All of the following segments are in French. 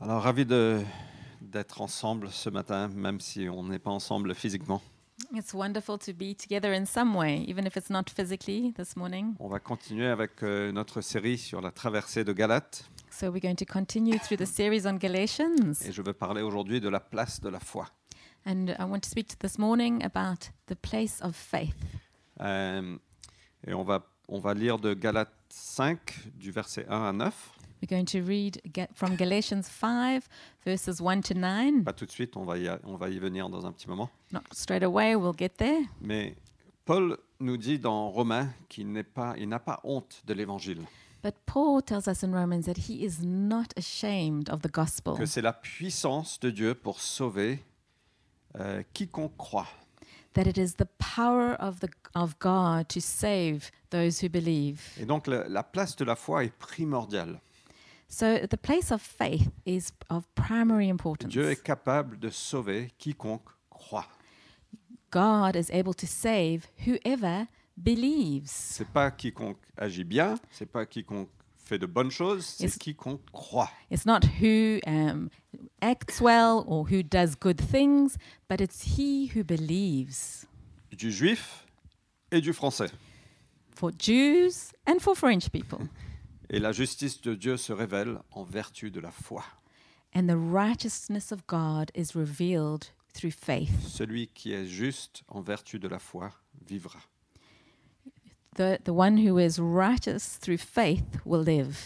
Alors, ravi de- d'être ensemble ce matin, même si on n'est pas ensemble physiquement. It's wonderful to be together in some way, even if it's not physically this morning. On va continuer avec euh, notre série sur la traversée de Galate So we're going to continue through the series on Galatians. et je veux parler aujourd'hui de la place de la foi. And I want to speak to this morning about the place of faith. Euh, et on va, on va lire de Galate 5, du verset 1 à 9. We're going to read Ga- from Galatians 5, verses 1 to 9. Pas tout de suite, on va y, a- on va y venir dans un petit moment. Not straight away, we'll get there. Mais Paul nous dit dans Romains qu'il n'est pas- il n'a pas honte de l'évangile, But Paul tells us in Romans that he is not ashamed of the gospel, que c'est la puissance de Dieu pour sauver euh, quiconque croit. that it is the power of, the, of God to save those who believe. Et donc le- la place de la foi est primordiale. So the place of faith is of primary importance. Dieu est capable de sauver quiconque croit. God is able to save whoever believes. C'est pas quiconque agit bien, c'est pas quiconque fait de bonnes choses, c'est Yes. quiconque croit. It's not who um, acts well or who does good things, but it's he who believes. Du juif et du français. For Jews and for French people. Et la justice de Dieu se révèle en vertu de la foi. And the righteousness of God is revealed through faith. Celui qui est juste en vertu de la foi vivra. The, the one who is righteous through faith will live.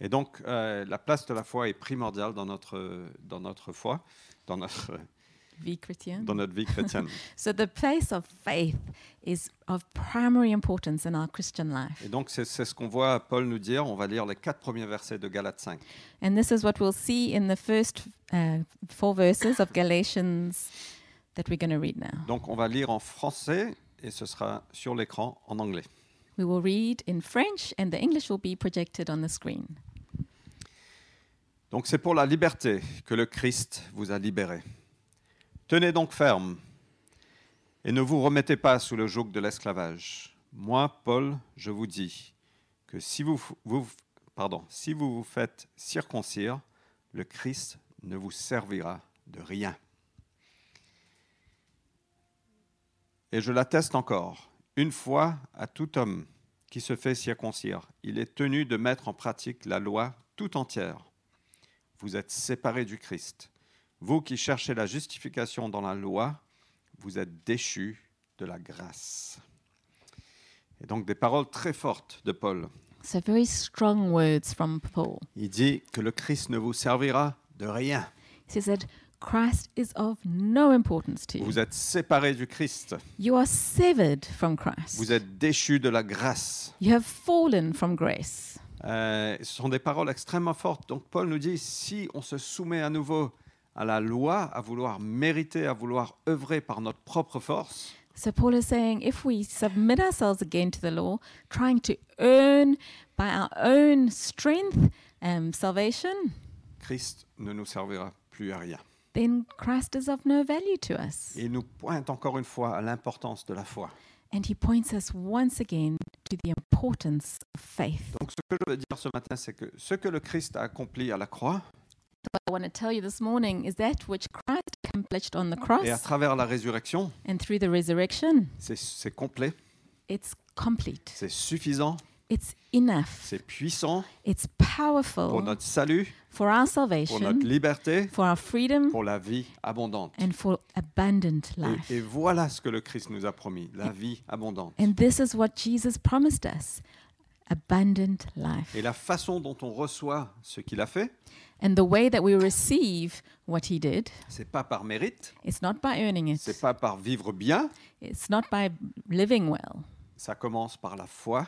Et donc euh, la place de la foi est primordiale dans notre dans notre foi, dans notre Vie chrétienne. dans notre vie chrétienne. So the place of faith is of primary importance in our Christian life. Et donc, c'est c'est ce qu'on voit Paul nous dire. On va lire les quatre premiers versets de Galates 5. And this is what we'll see in the first uh, four verses of Galatians that we're going to read now. Donc, on va lire en français et ce sera sur l'écran en anglais. We will read in French, and the English will be projected on the screen. Donc, c'est pour la liberté que le Christ vous a libérés. Tenez donc ferme et ne vous remettez pas sous le joug de l'esclavage. Moi, Paul, je vous dis que si vous vous, pardon, si vous, vous faites circoncire, le Christ ne vous servira de rien. Et je l'atteste encore, une fois à tout homme qui se fait circoncire, il est tenu de mettre en pratique la loi tout entière. Vous êtes séparés du Christ. Vous qui cherchez la justification dans la loi, vous êtes déchus de la grâce. Et donc des paroles très fortes de Paul. So, very strong words from Paul. Il dit que le Christ ne vous servira de rien. He says that Christ is of no importance to you. Vous êtes séparés du Christ. You are severed from Christ. Vous êtes déchus de la grâce. You have fallen from grace. Euh, ce sont des paroles extrêmement fortes. Donc Paul nous dit, si on se soumet à nouveau à la loi, à vouloir mériter, à vouloir œuvrer par notre propre force, So, Paul is saying if we submit ourselves again to the law, trying to earn by our own strength um, salvation, Christ ne nous servira plus à rien. then Christ is of no value to us. Et il nous pointe encore une fois à l'importance de la foi. And he points us once again to the importance of faith. Donc ce que je veux dire ce matin, c'est que ce que le Christ a accompli à la croix What I want to tell you this morning is that which Christ accomplished on the et à cross travers la résurrection, and through the resurrection, c'est- c'est complet, it's complete. c'est suffisant, It's enough. c'est puissant It's pour powerful notre salut, for our pour notre salvation, liberté, for e- our freedom, pour la vie abondante. and for abundant life. Et, et voilà ce que le Christ nous a promis, la vie abondante. And this is what Jesus promised us abundant life. Et la façon dont on reçoit ce qu'il a fait, And the way that we receive what he did, c'est pas par mérite, it's not by earning it, c'est pas par vivre bien, it's not by living well. ça commence par la foi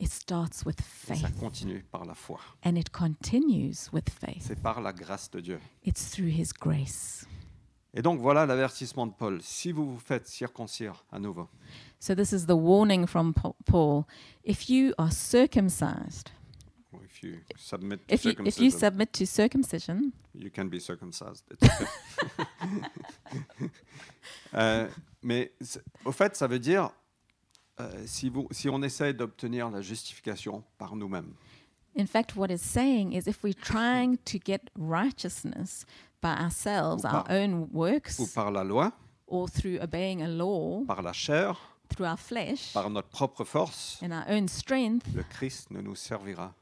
It starts with et ça faith continue par la foi. and it continues with faith. C'est par la grâce de Dieu. It's through his grace. Et donc voilà l'avertissement de Paul. Si vous vous faites circoncire à nouveau, So, this is the warning from Pa- Paul. If you are circumcised, or if you submit to if you, if you circumcision, submit to circumcision, you can be circumcised. It's okay. Euh, mais c'est- au fait, ça veut dire euh, si, vous, si on essaye d'obtenir la justification par nous-mêmes, In fact, what it's saying is if we're trying to get righteousness by ourselves, our par- own ou works, par la loi, or through obeying a law, par la chair, through our flesh par notre propre force, and our own strength, le Christ ne nous servira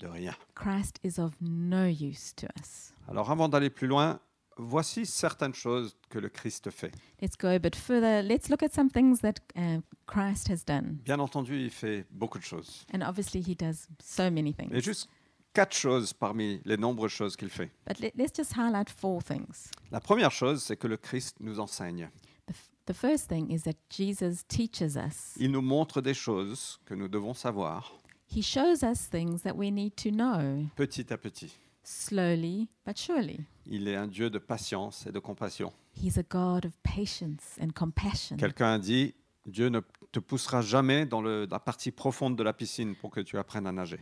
de rien. Christ is of no use to us. Alors avant d'aller plus loin, voici certaines choses que le Christ fait. Let's go a bit further. Let's look at some things that uh, Christ has done. Bien entendu, il fait beaucoup de choses. And obviously, he does so many Et things. juste quatre choses parmi les nombreuses choses qu'il fait. But let, let's just highlight four things. La première chose, c'est que le Christ nous enseigne. The, f- the first thing is that Jesus teaches us, Il nous montre des choses que nous devons savoir he shows us things that we need to know petit à petit. slowly but surely. Il est un Dieu de patience et de compassion. He's a God of patience and compassion. Quelqu'un a dit, Dieu ne te poussera jamais dans le- la partie profonde de la piscine pour que tu apprennes à nager.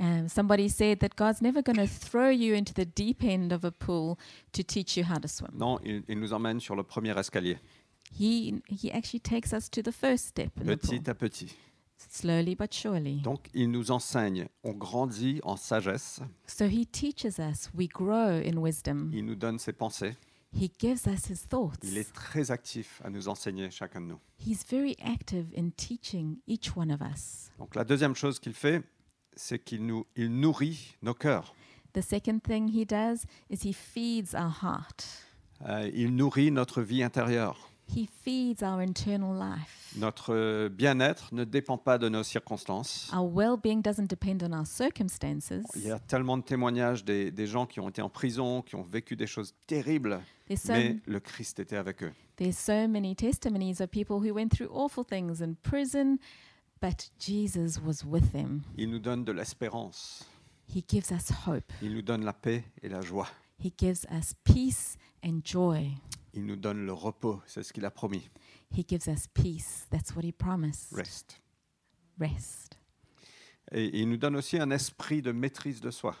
Um, somebody said that God's never going to throw you into the deep end of a pool to teach you how to swim. Non, il, il nous emmène sur le premier escalier, He he actually takes us to the first step in the pool, petit à petit. slowly but surely. Donc, il nous enseigne, on grandit en sagesse, So he teaches us. We grow in wisdom. il nous donne ses pensées, He gives us his thoughts. il est très actif à nous enseigner chacun de nous. He's very active in teaching each one of us. Donc, la deuxième chose qu'il fait, c'est qu'il nous, il nourrit nos cœurs. The second thing he does is he feeds our heart. Euh, il nourrit notre vie intérieure. He feeds our internal life. Notre euh, bien-être ne dépend pas de nos circonstances. Our well-being doesn't depend on our circumstances. Il y a tellement de témoignages des, des gens qui ont été en prison, qui ont vécu des choses terribles, There's so mais le Christ était avec eux. There's so many testimonies of people who went through awful things in prison, but Jesus was with them. Il nous donne de l'espérance, He gives us hope. il nous donne la paix et la joie, He gives us peace and joy. il nous donne le repos, c'est ce qu'il a promis. He gives us peace. That's what he promised. Rest. Rest. Et il nous donne aussi un esprit de maîtrise de soi.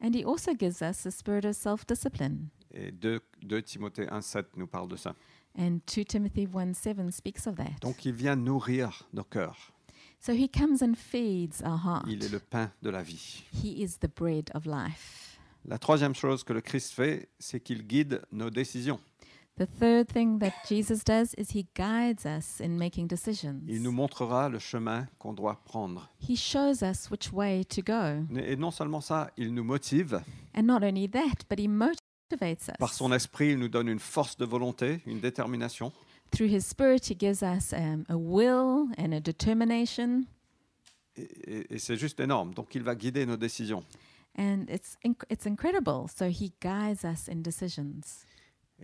And he also gives us a spirit of self-discipline. Et 2, 2 Timothée 1,7 nous parle de ça. And 2 Timothy 1 7 speaks of that. Donc il vient nourrir nos cœurs. So he comes and feeds our heart. Il est le pain de la vie. He is the bread of life. La troisième chose que le Christ fait, c'est qu'il guide nos décisions. The third thing that Jesus does is he guides us in making decisions. Il nous montrera le chemin qu'on doit prendre. He shows us which way to go. Et non seulement ça, il nous motive. And not only that, but he motivates us. Par son esprit, il nous donne une force de volonté, une détermination. Through his spirit, he gives us um, a will and a determination. Et, et- et c'est juste énorme. Donc il va guider nos décisions. And it's, inc- it's incredible. So he guides us in decisions.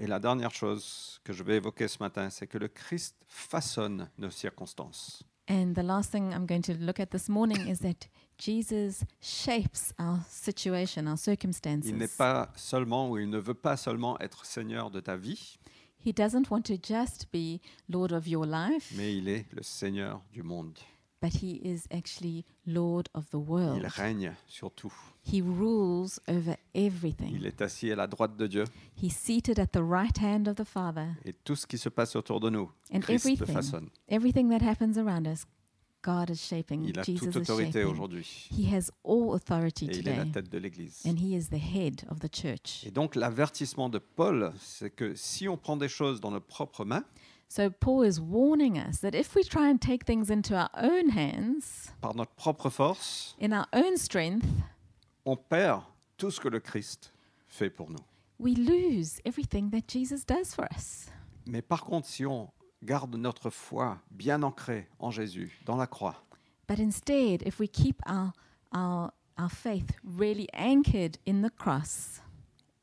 Et la dernière chose que je vais évoquer ce matin, c'est que le Christ façonne nos circonstances. And the last thing I'm going to look at this morning is that Jesus shapes our situation, our circumstances. Il n'est pas seulement ou il ne veut pas seulement être Seigneur de ta vie, He doesn't want to just be Lord of your life, mais il est le Seigneur du monde. but he is actually Lord of the Il world. règne sur tout. He rules over everything. Il est assis à la droite de Dieu He's seated at the right hand of the Father, et tout ce qui se passe autour de nous, and Christ le everything, façonne. everything that happens around us, God is shaping. Il a Jesus toute is autorité shaping. aujourd'hui He has all authority et il est la today, tête de l'Église. and He is the head of the church. Et donc l'avertissement de Paul, c'est que si on prend des choses dans nos propres mains, So Paul is warning us that if we try and take things into our own hands, par notre propre force, in our own strength, on perd tout ce que le Christ fait pour nous. we lose everything that Jesus does for us. Mais par contre, si on garde notre foi bien ancrée en Jésus, dans la croix, But instead, if we keep our our our faith really anchored in the cross,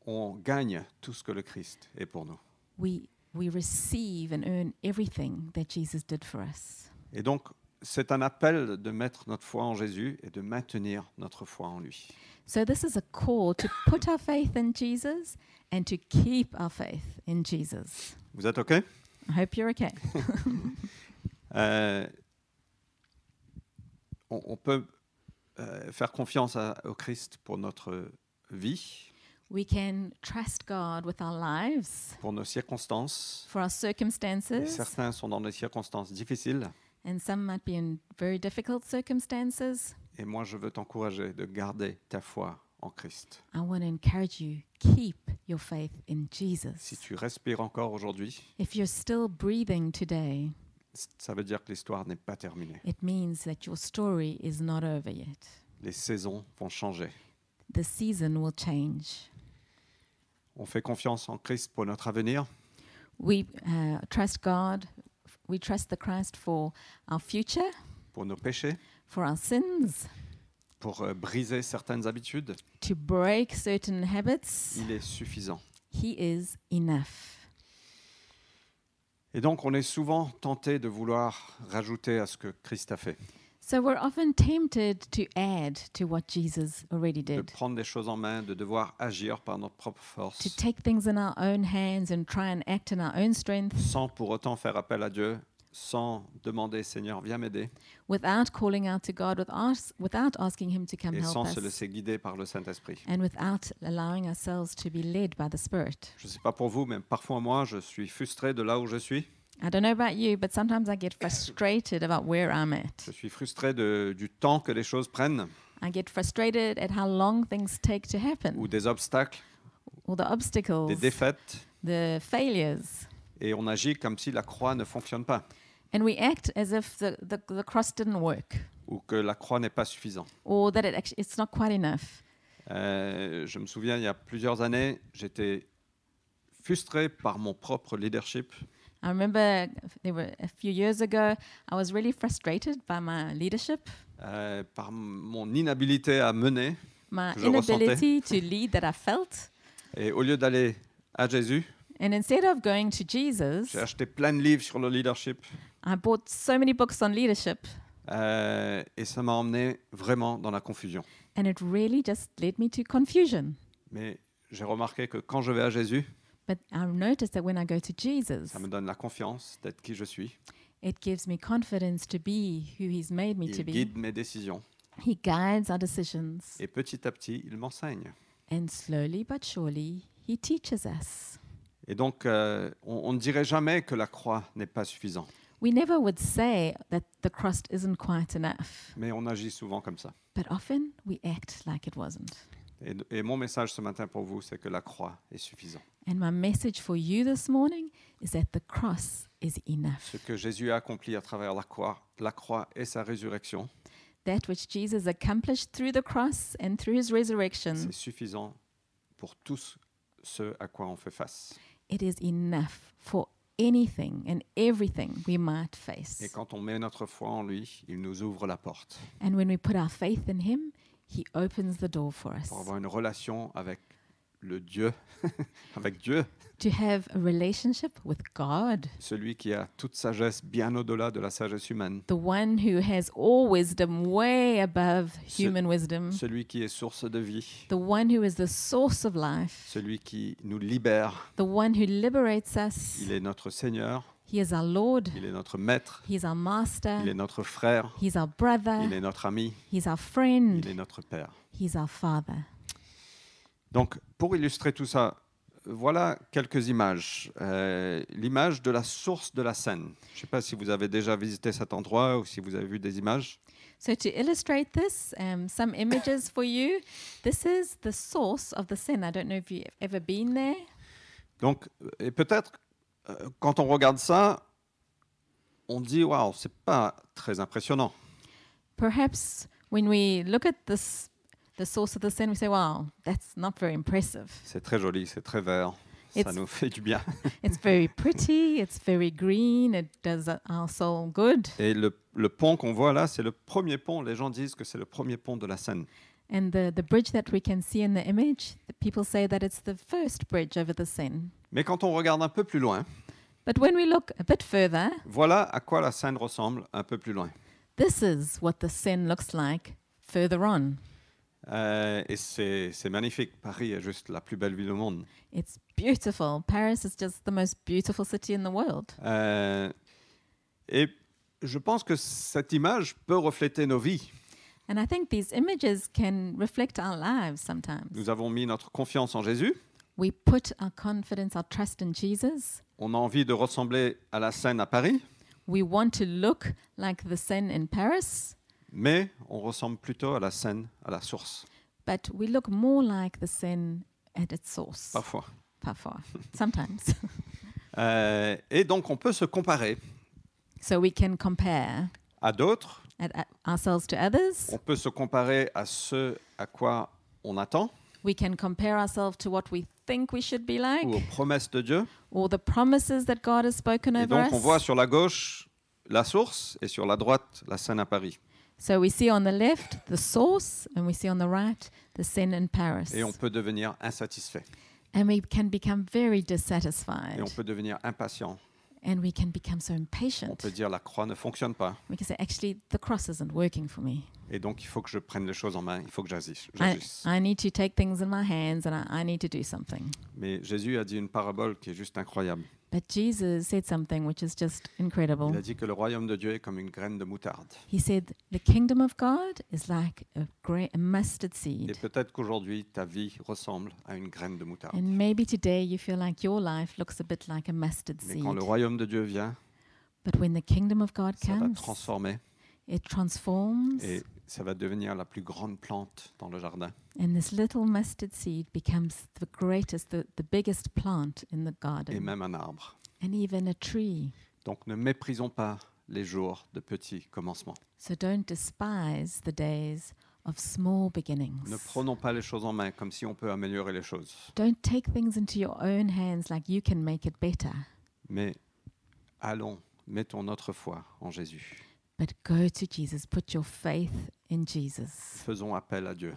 on gagne tout ce que le Christ est pour nous. we we receive and earn everything that Jesus did for us. Et donc, c'est un appel de mettre notre foi en Jésus et de maintenir notre foi en lui. So this is a call to put our faith in Jesus and to keep our faith in Jesus. Vous êtes OK I hope you're okay. Euh, on, on peut euh, faire confiance à- au Christ pour notre vie, We can trust God with our lives, pour nos circonstances. for our Et circumstances, certains sont dans des circonstances difficiles and some might be in very difficult circumstances, Et moi, je veux t'encourager de garder ta foi en Christ. I want to encourage you keep your faith in Si Jesus. tu respires encore aujourd'hui, If you're still breathing today, ça veut dire que l'histoire n'est pas terminée. it means that your story is not over yet. Les saisons vont changer. The season will change. On fait confiance en Christ pour notre avenir. We uh, trust God, we trust the Christ for our future, pour nos péchés, for our sins, pour euh, briser certaines habitudes, to break certain habits. il est suffisant. He is enough. Et donc, on est souvent tenté de vouloir rajouter à ce que Christ a fait, So we're often tempted to add to what Jesus already de did, prendre les choses en main, de devoir agir par notre propre force, to take things in our own hands and try and act in our own strength sans pour autant faire appel à Dieu, sans demander Seigneur, viens m'aider, without calling out to God, with us, without asking Him to come et help sans se us, laisser guider par le Saint-Esprit. and without allowing ourselves to be led by the Spirit. Je ne sais pas pour vous, mais parfois moi, je suis frustré de là où je suis. I don't know about you, but sometimes I get frustrated about where I'm at. Je suis frustré de- du temps que les choses prennent, I get frustrated at how long things take to ou happen, des obstacles, all the des obstacles, défaites, the failures. et on agit comme si la croix ne fonctionne pas, And we act as if the, the, the cross didn't work ou que la croix n'est pas suffisante. or that it actually, it's not quite enough. Euh, je me souviens, il y a plusieurs années, j'étais frustré par mon propre leadership. I remember there were a few years ago, I was really frustrated by my leadership, euh, par m- mon inhabilité à mener. my Je ressentais. inability to lead that I felt. Et au lieu d'aller à Jésus, And instead of going to Jesus, j'ai acheté plein de livres sur le leadership. I bought so many books on leadership, euh, et ça m'a emmené vraiment dans la confusion. and it really just led me to confusion. Mais j'ai remarqué que quand je vais à Jésus, But I've noticed that when I go to Jesus, ça me donne la confiance d'être qui je suis. it gives me confidence to be who He's made me to Il be. guide mes décisions. He guides our decisions, Et petit à petit, il m'enseigne. and slowly but surely, He teaches us. Et donc, euh, on on ne dirait jamais que la croix n'est pas suffisante. We never would say that the cross isn't quite enough. Mais on agit souvent comme ça. But often we act like it wasn't. Et, et mon message ce matin pour vous, c'est que la croix est suffisante. And my message for you this morning is that the cross is enough. Ce que Jésus a accompli à travers la croix, la croix et sa résurrection, That which Jesus accomplished through the cross and through his c'est resurrection, suffisant pour tous ceux à quoi on fait face. it is enough for anything and everything we might Et face. quand on met notre foi en lui, il nous ouvre la porte And when we put our faith in him, he opens the door for us pour avoir une relation avec le Dieu, avec Dieu, to have a relationship with God, celui qui a toute sagesse bien au-delà de la sagesse humaine, the one who has all wisdom way above human wisdom, celui qui est source de vie, the one who is the source of life. celui qui nous libère. the one who liberates us. Il est notre Seigneur, He is our Lord. il est notre Maître, He is our il est master. notre frère, He's our il brother. est notre ami, He's our il friend. est notre Père. He's our father. Donc, pour illustrer tout ça, voilà quelques images. Euh, L'image de la source de la Seine. Je ne sais pas si vous avez déjà visité cet endroit ou si vous avez vu des images. So, to illustrate this, um, some images for you. This is the source of the sin. I don't know if you've ever been there. Donc, et peut-être, euh, quand on regarde ça, on dit waouh, c'est pas très impressionnant. Perhaps when we look at this, the source of the sin, we say, wow, that's not very impressive. C'est très joli, c'est très vert. Ça It's- nous fait du bien. It's very pretty, it's very green, it does our soul good. Et le, le pont qu'on voit là, c'est le premier pont. Les gens disent que c'est le premier pont de la Seine. And the, the bridge that we can see in the image, the people say that it's the first bridge over the Seine. Mais quand on regarde un peu plus loin, But when we look a bit further, voilà à quoi la Seine ressemble un peu plus loin. this is what the Seine looks like further on. Euh, et c'est c'est magnifique. Paris est juste la plus belle ville au monde. It's beautiful. Paris is just the most beautiful city in the world. Euh, et je pense que cette image peut refléter nos vies. And I think these images can reflect our lives sometimes. Nous avons mis notre confiance en Jésus. We put our confidence, our trust in Jesus. On a envie de ressembler à la Seine à Paris, We want to look like the Seine in Paris, mais on ressemble plutôt à la scène, à la source, but we look more like the sin at its source. parfois. Parfois, sometimes. Euh, et donc on peut se comparer so we can compare à d'autres, at, at ourselves to others. on peut se comparer à ce à quoi on attend We can compare ourselves to what we think we should be like, ou aux promesses de Dieu. or the promises that God has spoken Et over donc on voit us. sur la gauche la source et sur la droite la Seine à Paris. So we see on the left the source, and we see on the right the sin in Paris. Et on peut devenir insatisfait, And we can become very et on dissatisfied, peut devenir impatient. and we can become so On peut impatient. dire la croix ne fonctionne pas, We can say, actually, the cross isn't working for me. et donc il faut que je prenne les choses en main, il faut que j'agisse. I, j'agisse. I need to take things in my hands, and I, I need to do something. Mais Jésus a dit une parabole qui est juste incroyable. But Jesus said something which is just Il incredible. a dit que le royaume de Dieu est comme une graine de moutarde. He said, The kingdom of God is like a, gra- a mustard Et seed. peut-être qu'aujourd'hui, ta vie ressemble à une graine de moutarde. And maybe today you feel like your life looks a bit like a mustard Mais seed. quand le royaume de Dieu vient, But when the kingdom of God ça va comes, transformer it transforms, et ça va devenir la plus grande plante dans le jardin. and this little mustard seed becomes the greatest, the, the biggest plant in the et garden, même un arbre. and even a tree. Donc ne méprisons pas les jours de petits commencements. So don't despise the days of small beginnings. Ne prenons pas les choses en main comme si on peut améliorer les choses, Don't take things into your own hands like you can make it better, mais allons, mettons notre foi en Jésus. but go to Jesus. Put your faith in Jesus. Faisons appel à Dieu.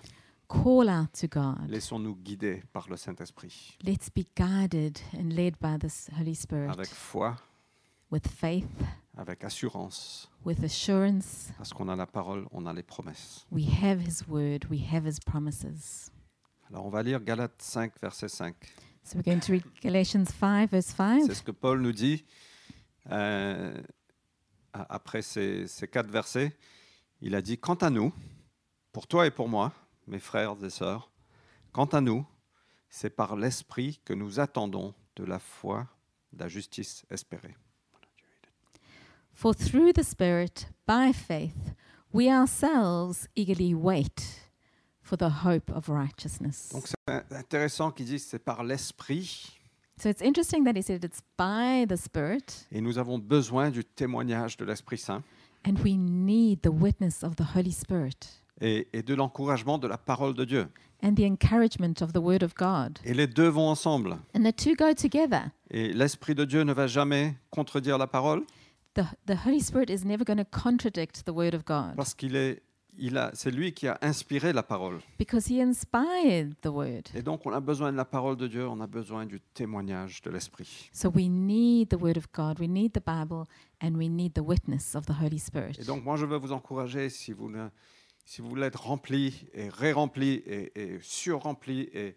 Call out to God. Laissons-nous guider par le Saint-Esprit Let's be guided and led by this Holy avec Spirit foi, with faith, avec assurance, with assurance. parce qu'on a la parole, on a les promesses. We have His word, we have His promises. Alors on va lire Galates 5, verset 5. So we're going to read Galatians 5, verse 5. C'est ce que Paul nous dit euh, a- après ces, ces quatre versets. Il a dit Quant à nous, pour toi et pour moi, mes frères et sœurs, quant à nous, c'est par l'esprit que nous attendons de la foi, de la justice espérée. For through the Spirit, by faith, we ourselves eagerly wait for the hope of righteousness. Donc c'est in- intéressant qu'il dise c'est par l'esprit So it's interesting that he said it's by the Spirit, et nous avons besoin du témoignage de l'Esprit Saint and we need the witness of the Holy Spirit et, et de l'encouragement de la parole de Dieu. and the encouragement of the Word of God. Et les deux vont ensemble. And the two go together. Et l'Esprit de Dieu ne va jamais contredire la parole. The, the Holy Spirit is never going to contradict the Word of God Parce qu'il est, il a, c'est lui qui a inspiré la parole. because he inspired the Word. Et donc, on a besoin de la parole de Dieu, on a besoin du témoignage de l'Esprit. So we need the Word of God, we need the Bible, and we need the witness of the Holy Spirit. Et donc, moi, je veux vous encourager, si vous, ne- si vous voulez être rempli et ré-rempli et, et surrempli et,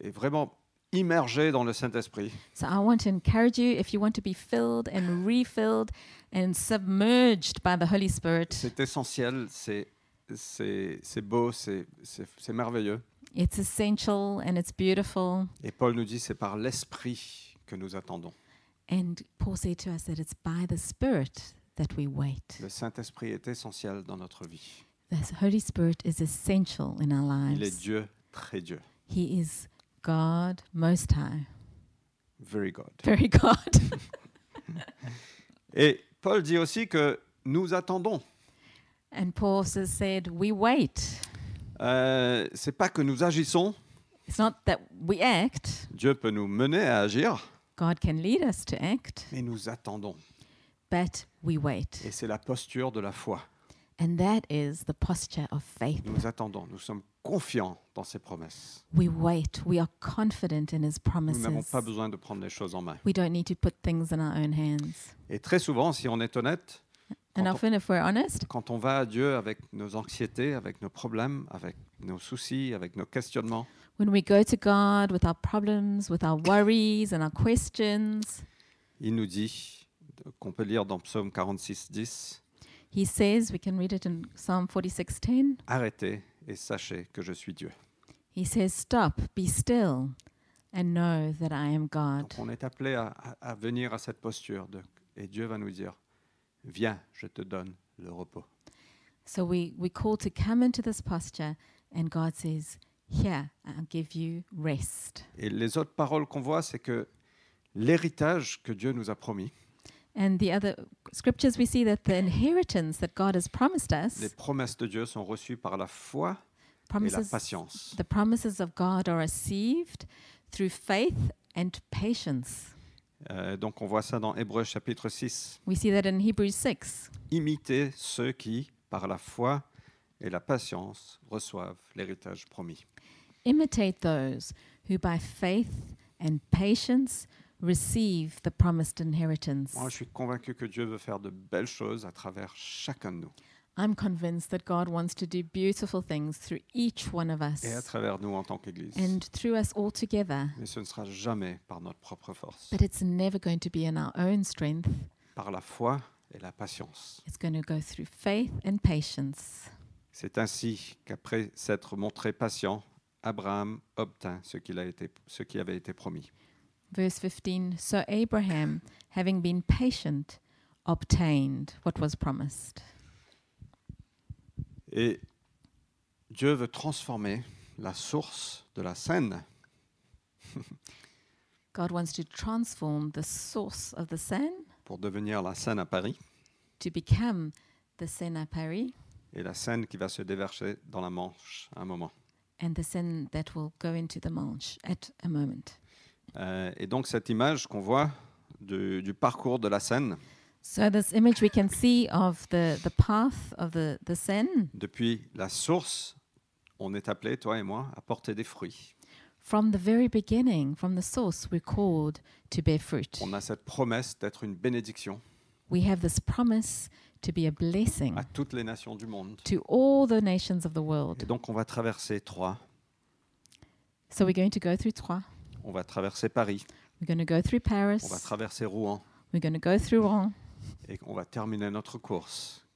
et vraiment immergé dans le Saint-Esprit, So I want to encourage you if you want to be filled and refilled and submerged by the Holy Spirit, c'est essentiel, c'est, c'est, c'est beau, c'est, c'est, c'est merveilleux. it's essential and it's beautiful. Et Paul nous dit, c'est par l'Esprit que nous attendons. And Paul said to us that it's by the Spirit that we wait. Le Saint-Esprit est essentiel dans notre vie. The Holy Spirit is essential in our Il est lives. Dieu, très Dieu. He is God Most High, Very God. very God. Et Paul dit aussi que nous attendons. and Paul also said, We wait. Euh, c'est pas que nous agissons. It's not that we act, Dieu peut nous mener à agir, God can lead us to act, mais nous attendons. but we Et wait. c'est la posture de la foi. And that is the posture of faith. Nous attendons. Nous sommes confiants dans ses promesses. We wait. We are confident in his Nous n'avons promises. pas besoin de prendre les choses en main. We don't need to put things in our own hands. Et très souvent, si on est honnête, And Quand on- often, if we're honest, quand on va à Dieu avec nos anxiétés, avec nos problèmes, avec nos soucis, avec nos questionnements, when we go to God with our problems, with our worries and our questions, il nous dit, qu'on peut lire dans Psaume 46, 10, he says, we can read it in Psalm 46:10. Arrêtez et sachez que je suis Dieu. He says, "Stop, be still, and know that I am God." Donc on est appelé à, à- à venir à cette posture de- et Dieu va nous dire, viens, je te donne le repos. So we, we call to come into this posture, and God says, Here, I'll give you rest. Et les autres paroles qu'on voit, c'est que l'héritage que Dieu nous a promis, And the other scriptures, we see that the inheritance that God has promised les us, promesses de Dieu sont reçues par la foi et la promises, patience. the promises of God are received through faith and patience. Euh, donc on voit ça dans Hébreux chapitre 6. We see that in Hebrews 6. Imitez ceux qui, par la foi et la patience, reçoivent l'héritage promis. Imitate those who by faith and patience receive the promised inheritance. Moi, je suis convaincu que Dieu veut faire de belles choses à travers chacun de nous I'm convinced that God wants to do beautiful things through each one of et à us travers nous en tant qu'Église. and through us all together. Mais ce ne sera jamais par notre propre force, But it's never going to be in our own strength. par la foi et la patience. It's going to go through faith and patience. C'est ainsi qu'après s'être montré patient, Abraham obtint ce, qu'il a été, ce qui avait été promis. Verse 15 So Abraham, having been patient, obtained what was promised. Et Dieu veut transformer la source de la scène God wants to transform the source of the Seine pour devenir la scène à Paris to become the Seine à Paris et la scène qui va se déverser dans la Manche à un moment. and the Seine that will go into the Manche at a moment. Euh, et donc cette image qu'on voit du, du parcours de la scène So this image we can see of the, the path of the, the Seine depuis la source, on est appelé, toi et moi, à porter des fruits. from the very beginning, from the source, we're called to bear fruit. On a cette promesse d'être une bénédiction We have this promise to be a blessing à toutes les nations du monde. to all the nations of the world. Et donc on va traverser Troyes, So we're going to go through Troyes, on va traverser Paris, we're going to go through on va Paris, traverser Rouen we're going to go through Rouen, et on va terminer notre course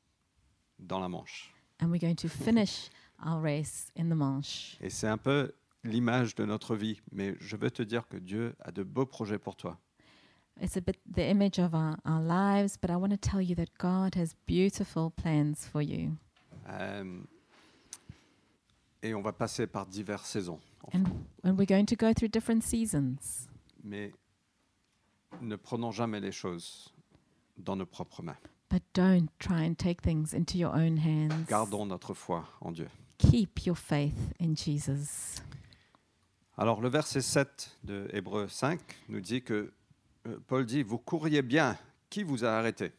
dans la Manche. and we're going to finish our race in the Manche. Et c'est un peu l'image de notre vie, mais je veux te dire que Dieu a de beaux projets pour toi. It's a bit the image of our, our lives, but I want to tell you that God has beautiful plans for you. Euh, et on va passer par diverses saisons. And, and we're going to go through different seasons. Mais ne prenons jamais les choses dans nos propres mains. But don't try and take things into your own hands. Gardons notre foi en Dieu. Keep your faith in Jesus. Alors le verset 7 de Hébreu 5 nous dit que euh, Paul dit, vous courriez bien, qui vous a arrêté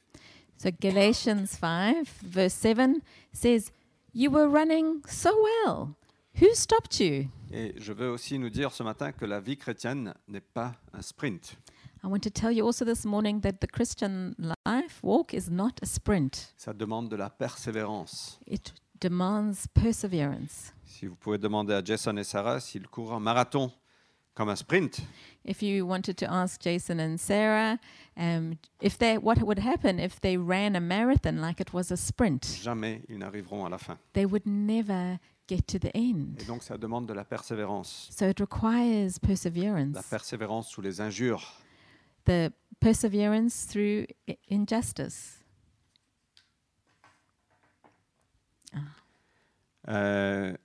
So Galatians 5, verse 7 says, You were running so well. Who stopped you? Et je veux aussi nous dire ce matin que la vie chrétienne n'est pas un sprint. I want to tell you also this morning that the Christian life walk is not a sprint, Ça demande de la persévérance. it demands perseverance. Si vous pouvez demander à Jason et Sarah s'ils courent un marathon comme un sprint, If you wanted to ask Jason and Sarah um, if they, what would happen if they ran a marathon like it was a sprint, jamais ils n'arriveront à la fin. they would never get to the Et end. donc ça demande de la persévérance. So it requires La perseverance, persévérance sous les injures, the perseverance through i- injustice. euh,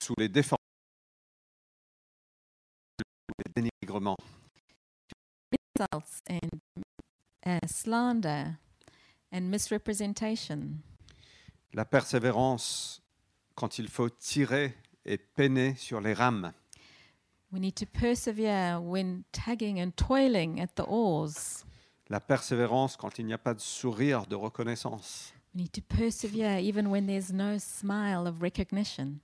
sous les déformations, les dénigrements. insults and uh, slander and misrepresentation. La persévérance quand il faut tirer et peiner sur les rames. We need to persevere when tugging and toiling at the oars. La persévérance quand il n'y a pas de sourire de reconnaissance We need to persevere even when there's no smile of recognition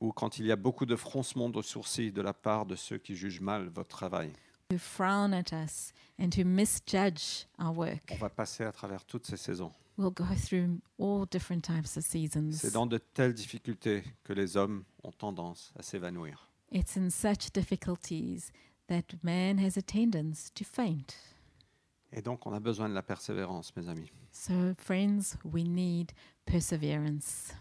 ou quand il y a beaucoup de froncements de sourcils de la part de ceux qui jugent mal votre travail. who frown at us and who misjudge our work. On va passer à travers toutes ces saisons. We'll go through all different types of seasons. C'est dans de telles difficultés que les hommes ont tendance à s'évanouir. It's in such difficulties that man has a tendency to faint. Et donc on a besoin de la persévérance, mes amis. So, friends, we need perseverance.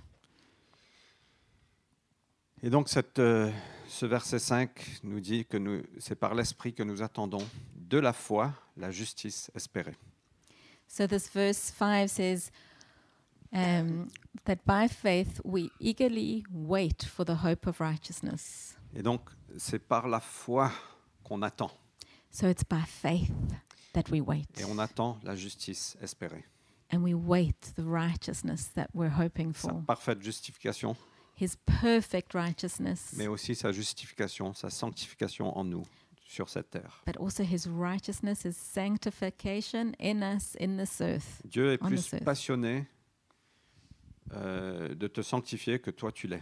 Et donc cette, euh, ce verset 5 nous dit que nous- c'est par l'esprit que nous attendons de la foi la justice espérée. So this verse 5 says, um, that by faith we eagerly wait for the hope of righteousness. Et donc, c'est par la foi qu'on attend. So it's by faith that we wait. Et on attend la justice espérée, And we wait the righteousness that we're hoping sa for. parfaite justification, His perfect righteousness, mais aussi sa justification, sa sanctification en nous sur cette terre. but also his righteousness, his sanctification in us in this earth. Dieu est On plus the earth. passionné euh, de te sanctifier que toi tu l'es.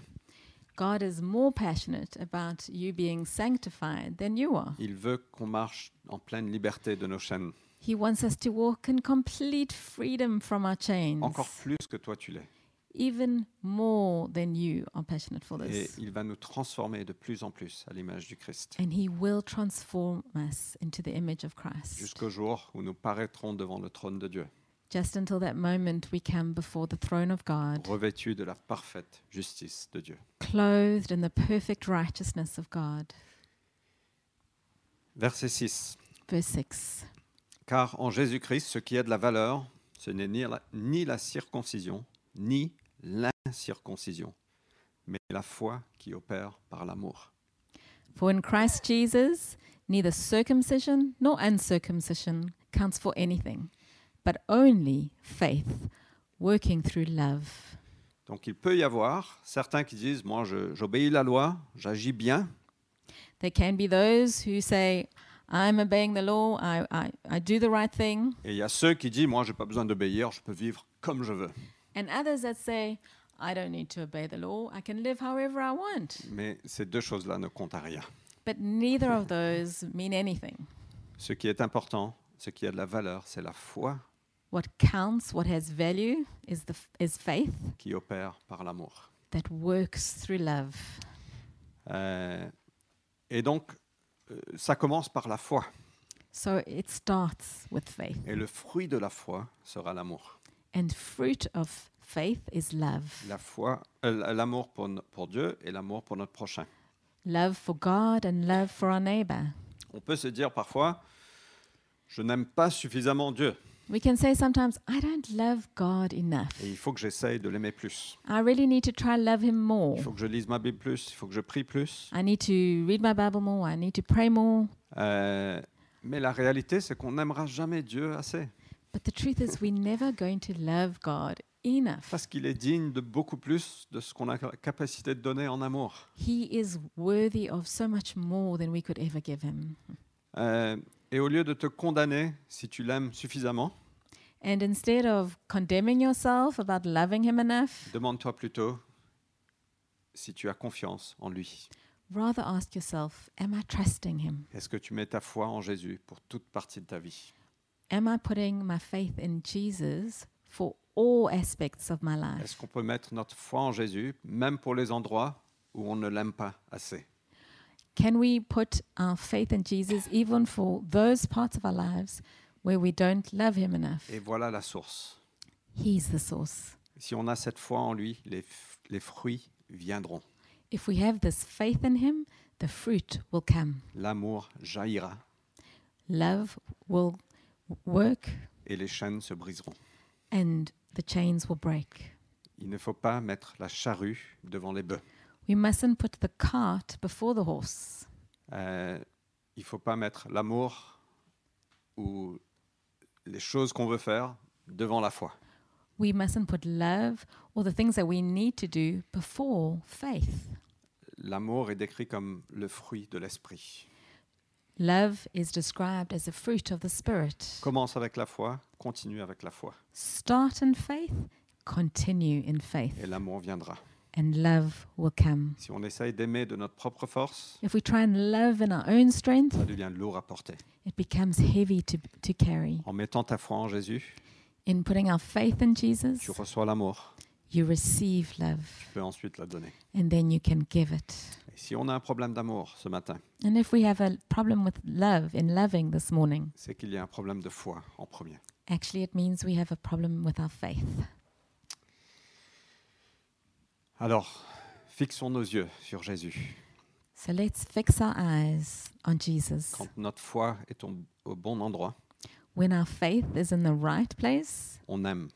God is more passionate about you being sanctified than you are. Il veut qu'on marche en pleine liberté de nos chaînes, He wants us to walk in complete freedom from our chains, encore plus que toi tu l'es. even more than you are passionate for Et this. il va nous transformer de plus en plus à l'image du Christ, And He will transform us into the image of Christ, jusqu'au jour où nous paraîtrons devant le trône de Dieu, just until that moment we come before the throne of God, revêtus de la parfaite justice de Dieu. clothed in the perfect righteousness of God. Verset 6. Verse 6 Car en Jésus-Christ, ce qui a de la valeur, ce n'est ni la, ni la circoncision, ni l'incirconcision, mais la foi qui opère par l'amour. For in Christ Jesus, neither circumcision nor uncircumcision counts for anything, but only faith working through love. Donc il peut y avoir certains qui disent, moi je- j'obéis la loi, j'agis bien, There can be those who say, I'm obeying the law, I, I, I do the right thing, et il y a ceux qui disent, moi j'ai pas besoin d'obéir, je peux vivre comme je veux. and others that say, I don't need to obey the law, I can live however I want. Mais ces deux choses-là ne comptent à rien. But neither of those mean anything. Ce qui est important, ce qui a de la valeur, c'est la foi What counts, what has value, is, the, f- is faith qui opère par l'amour. that works through love. Euh, et donc, euh, ça commence par la foi. So it starts with faith. Et le fruit de la foi sera l'amour. And fruit of faith is love La foi, euh, l'amour pour, no- pour Dieu et l'amour pour notre prochain. love for God and love for our neighbor. On peut se dire parfois, je n'aime pas suffisamment Dieu We can say sometimes, I don't love God enough. et il faut que j'essaye de l'aimer plus. I really need to try love him more. Il faut que je lise ma Bible plus, il faut que je prie plus. I need to read my Bible more. I need to pray more. Euh, mais la réalité, c'est qu'on n'aimera jamais Dieu assez But the truth is, we're never going to love God enough. parce qu'il est digne de beaucoup plus de ce qu'on a la capacité de donner en amour. He is worthy of so much more than we could ever give him. Euh, et au lieu de te condamner si tu l'aimes suffisamment, And instead of condemning yourself about loving him enough, demande-toi plutôt si tu as confiance en lui. rather ask yourself, Am I trusting him? Est-ce que tu mets ta foi en Jésus pour toute partie de ta vie Am I putting my faith in Jesus for all aspects of my Est-ce life? qu'on peut mettre notre foi en Jésus même pour les endroits où on ne l'aime pas assez Can we put our faith in Jesus even for those parts of our lives where we don't love him enough? Et voilà la source. He's the source. Si on a cette foi en lui, les, f- les fruits viendront. If we have this faith in Him, the fruit will come. L'amour jaillira Love will work et les chaînes se briseront. and the chains will break. Il ne faut pas mettre la charrue devant les bœufs. We mustn't put the cart before the horse. Euh, il ne faut pas mettre l'amour ou les choses qu'on veut faire devant la foi. We mustn't put love or the things that we need to do before faith. L'amour est décrit comme le fruit de l'esprit. Love is described as a fruit of the Spirit. Commence avec la foi, continue avec la foi, Start in faith, continue in et faith, l'amour viendra. and love will come. Si on essaye d'aimer de notre propre force, If we try and love in our own ça strength, devient lourd à porter. it becomes heavy to, to carry. En mettant ta foi en Jésus, In putting our faith in Jesus, tu reçois l'amour, you receive tu love peux ensuite la donner. and then you can give it. Et si on a un problème d'amour ce matin, And if we have a problem with love in loving this morning, c'est qu'il y a un problème de foi en premier. actually it means we have a problem with our faith. Alors, fixons nos yeux sur Jésus. So let's fix our eyes on Jesus. Quand notre foi est au- au bon endroit, When our faith is in the right place, on aime.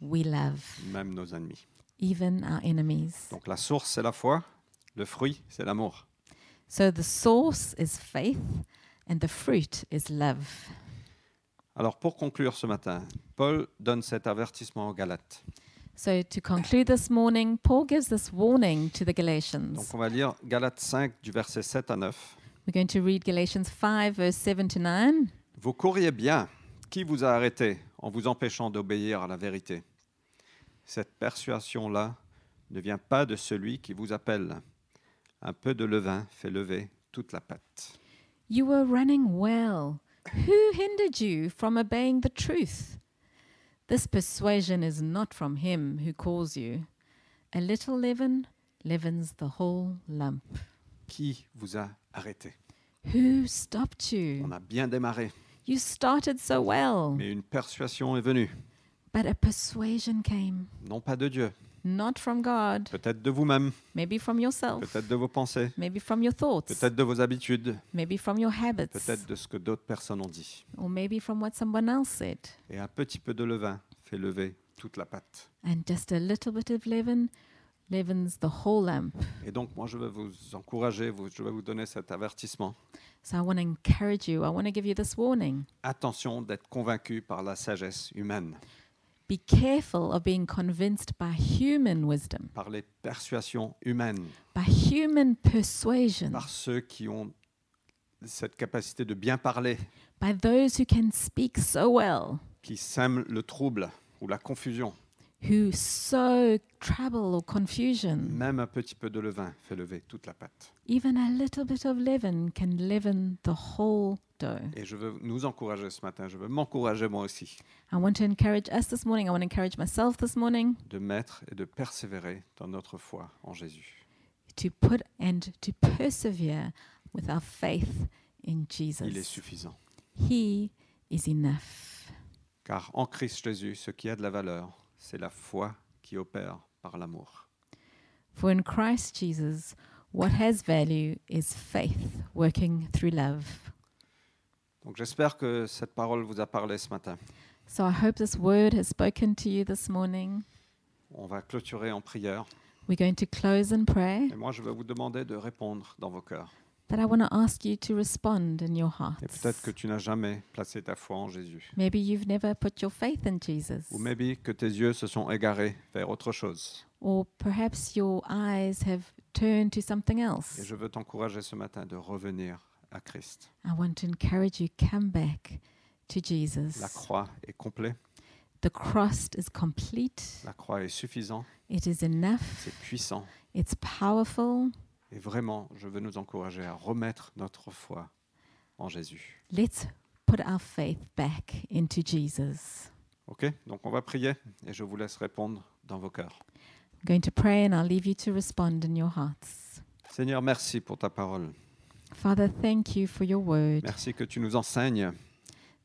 we love, même nos ennemis. even our enemies. Donc la source, c'est la foi. Le fruit, c'est l'amour. So the source is faith, and the fruit is love. Alors pour conclure ce matin, Paul donne cet avertissement aux Galates. So to conclude this morning, Paul gives this warning to the Donc Galatians. on va lire Galates 5 du verset 7 à 9. We're going to read Galatians 5, verse 7 to 9. Vous courriez bien. Qui vous a arrêté en vous empêchant d'obéir à la vérité Cette persuasion-là ne vient pas de celui qui vous appelle. Un peu de levain fait lever toute la pâte. You were running well. Who hindered you from obeying the truth? This persuasion is not from him who calls you. A little leaven leavens the whole lump. Qui vous a arrêté Who stopped On you? a bien démarré, You started so well, mais une persuasion est venue. but a persuasion came, Non pas de Dieu, not from God, peut-être de vous-même, maybe from yourself, peut-être de vos pensées, maybe from your thoughts, peut-être de vos habitudes, maybe from your habits, peut-être de ce que d'autres personnes ont dit. or maybe from what someone else said. Et un petit peu de levain fait lever toute la pâte. And just a little bit of leaven leavens the whole lump. Et donc, moi, je vais vous encourager, vous- je vais vous donner cet avertissement. So I want to encourage you. I want to give you this warning. Attention d'être convaincu par la sagesse humaine, Be careful of being convinced by human wisdom, par les persuasions humaines, by human persuasion, par ceux qui ont cette capacité de bien parler, by those who can speak so well, qui sèment le trouble ou la confusion. who sow trouble or confusion. Même un petit peu de levain fait lever toute la pâte. Even a little bit of leaven can leaven the whole dough. Et je veux nous encourager ce matin, je veux m'encourager moi aussi, I want to encourage us this morning. I want to encourage myself this morning de mettre et de persévérer dans notre foi en Jésus. to put and to persevere with our faith in Il est Jesus. suffisant. He is enough. Car en Christ Jésus, ce qui a de la valeur, c'est la foi qui opère par l'amour. For in Christ Jesus, what has value is faith working through love. Donc j'espère que cette parole vous a parlé ce matin. So I hope this word has spoken to you this morning. On va clôturer en prière. We're going to close in prayer, Et moi, je vais vous demander de répondre dans vos cœurs. but I want to ask you to respond in your Et peut-être hearts. que tu n'as jamais placé ta foi en Jésus. Maybe you've never put your faith in Jesus, Ou maybe que tes yeux se sont égarés vers autre chose. or perhaps your eyes have turned to something Et else. je veux t'encourager ce matin de revenir à Christ. I want to encourage you come back to La Jesus. croix est complète, The cross is complete, la croix est suffisante, it is enough, c'est puissant. it's powerful. Et vraiment, je veux nous encourager à remettre notre foi en Jésus. Let's put our faith back into Jesus. OK Donc on va prier et je vous laisse répondre dans vos cœurs. I'm going to pray and I'll leave you to respond in your hearts. Seigneur, merci pour ta parole. Father, thank you for your word. Merci que tu nous enseignes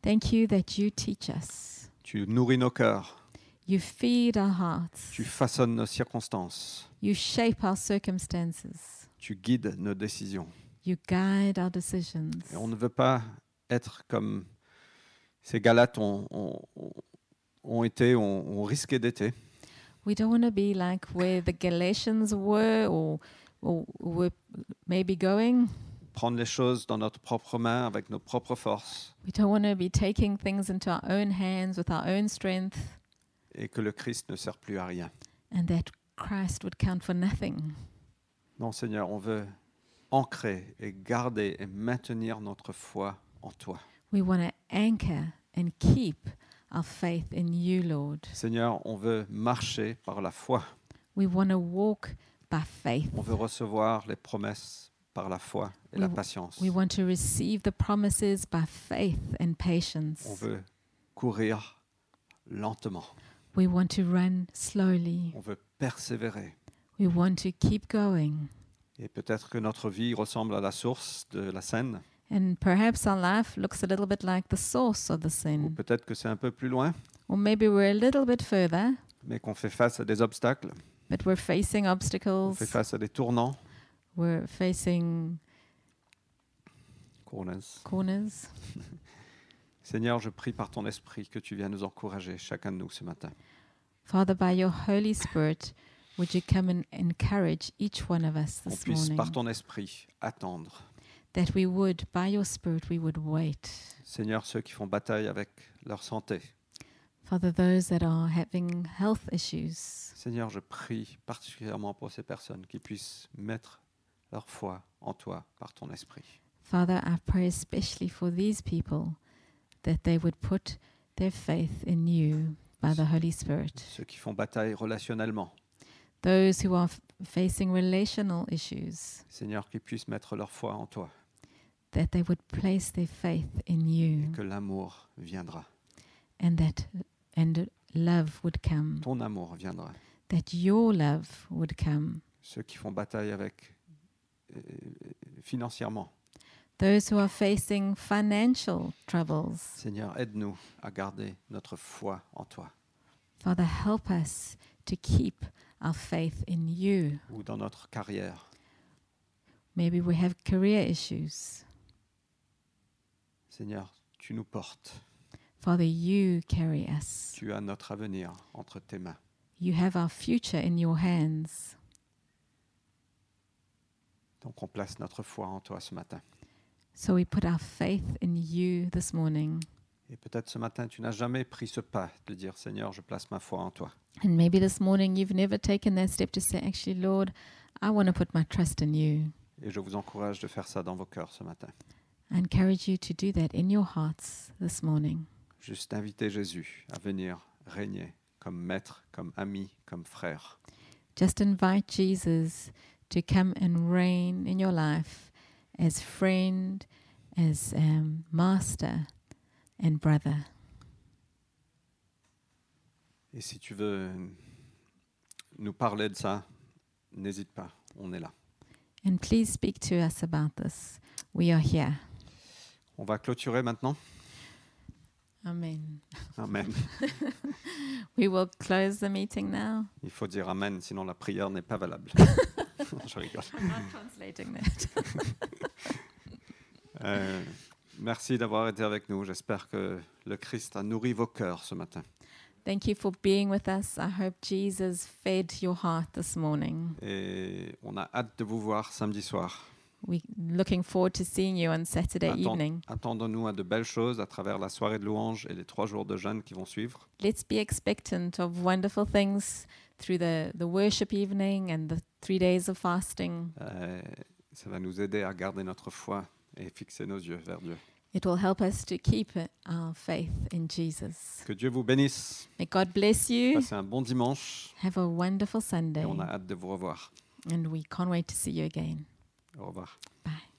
Thank you that you teach us. Tu nourris nos cœurs, You feed our hearts. tu façonnes nos circonstances, You shape our circumstances. tu guides nos décisions. You guide our decisions. Et on ne veut pas être comme ces Galates ont, ont- ont- ont été, ont, ont risqué d'être. We don't want to be like where the Galatians were or, or were maybe going. Prendre les choses dans notre propre main, avec nos propres forces, We don't want to be taking things into our own hands with our own strength et que le Christ ne sert plus à rien. and that Christ would count for nothing. Non, Seigneur, on veut ancrer et garder et maintenir notre foi en toi. We want to anchor and keep our faith in you, Lord. Seigneur, on veut marcher par la foi. We want to walk by faith. On veut recevoir les promesses par la foi et la We- patience. We want to receive the promises by faith and On patience. veut courir lentement. We want to run slowly. On veut persévérer. We want to keep going. Et peut-être que notre vie ressemble à la source de la Seine, And perhaps our life looks a little bit like the source of the ou sin. peut-être que c'est un peu plus loin, Or maybe we're a little bit further, mais qu'on fait face à des obstacles, but we're facing on fait obstacles. face à des tournants. We're facing Corners. corners. Seigneur, je prie par ton esprit que tu viennes nous encourager, chacun de nous ce matin. Father, by your Holy Spirit, would you come and encourage each one of us qu'on this puisse morning? par ton esprit attendre. That we would, by your Spirit, we would wait. Seigneur, ceux qui font bataille avec leur santé. Father, those that are having health issues, Seigneur, je prie particulièrement pour ces personnes qui puissent mettre leur foi en toi par ton esprit. Father, I pray especially for these people that they would put their faith in you by the Holy Spirit. Ceux qui font bataille relationnellement. Those who are f- facing relational issues, Seigneur, qui puissent mettre leur foi en toi that they would place their faith in et you que l'amour viendra. and that and love would come. Ton amour viendra. that your love would come. Ceux qui font bataille avec euh, financièrement. Those who are facing financial troubles, Seigneur, aide-nous à garder notre foi en toi Father, help us to keep our faith in you. ou dans notre carrière. Maybe we have career issues. Seigneur, tu nous portes. Father, you carry us. Tu as notre avenir entre tes mains. You have our future in your hands. Donc on place notre foi en toi ce matin. So we put our faith in you this morning. Et peut-être ce matin, tu n'as jamais pris ce pas de dire Seigneur, je place ma foi en toi. And maybe this morning you've never taken that step to say, actually, Lord, I want to put my trust in you. Et je vous encourage de faire ça dans vos cœurs ce matin. I encourage you to do that in your hearts this morning. Juste inviter Jésus à venir régner comme maître, comme ami, comme frère. Just invite Jesus to come and reign in your life as friend, as um, master, and brother. Et si tu veux nous parler de ça, n'hésite pas, on est là. And please speak to us about this. We are here. On va clôturer maintenant. Amen. Amen. We will close the meeting now. Il faut dire Amen, sinon la prière n'est pas valable. je rigole. I'm not translating that. Euh, merci d'avoir été avec nous. J'espère que le Christ a nourri vos cœurs ce matin. Thank you for being with us. I hope Jesus fed your heart this morning. Et on a hâte de vous voir samedi soir. We're looking forward to seeing you on Saturday Attend- evening. Attendons-nous à de belles choses à travers la soirée de louange et les trois jours de jeûne qui vont suivre. let's be expectant of wonderful things through the, the worship evening and the three days of fasting. Euh, ça va nous aider à garder notre foi et fixer nos yeux vers Dieu. It will help us to keep our faith in Jesus. Que Dieu vous bénisse. May God bless you. Passez un bon dimanche Have a wonderful et Sunday. on a hâte de vous revoir. And we can't wait to see you again. Au revoir. Bye.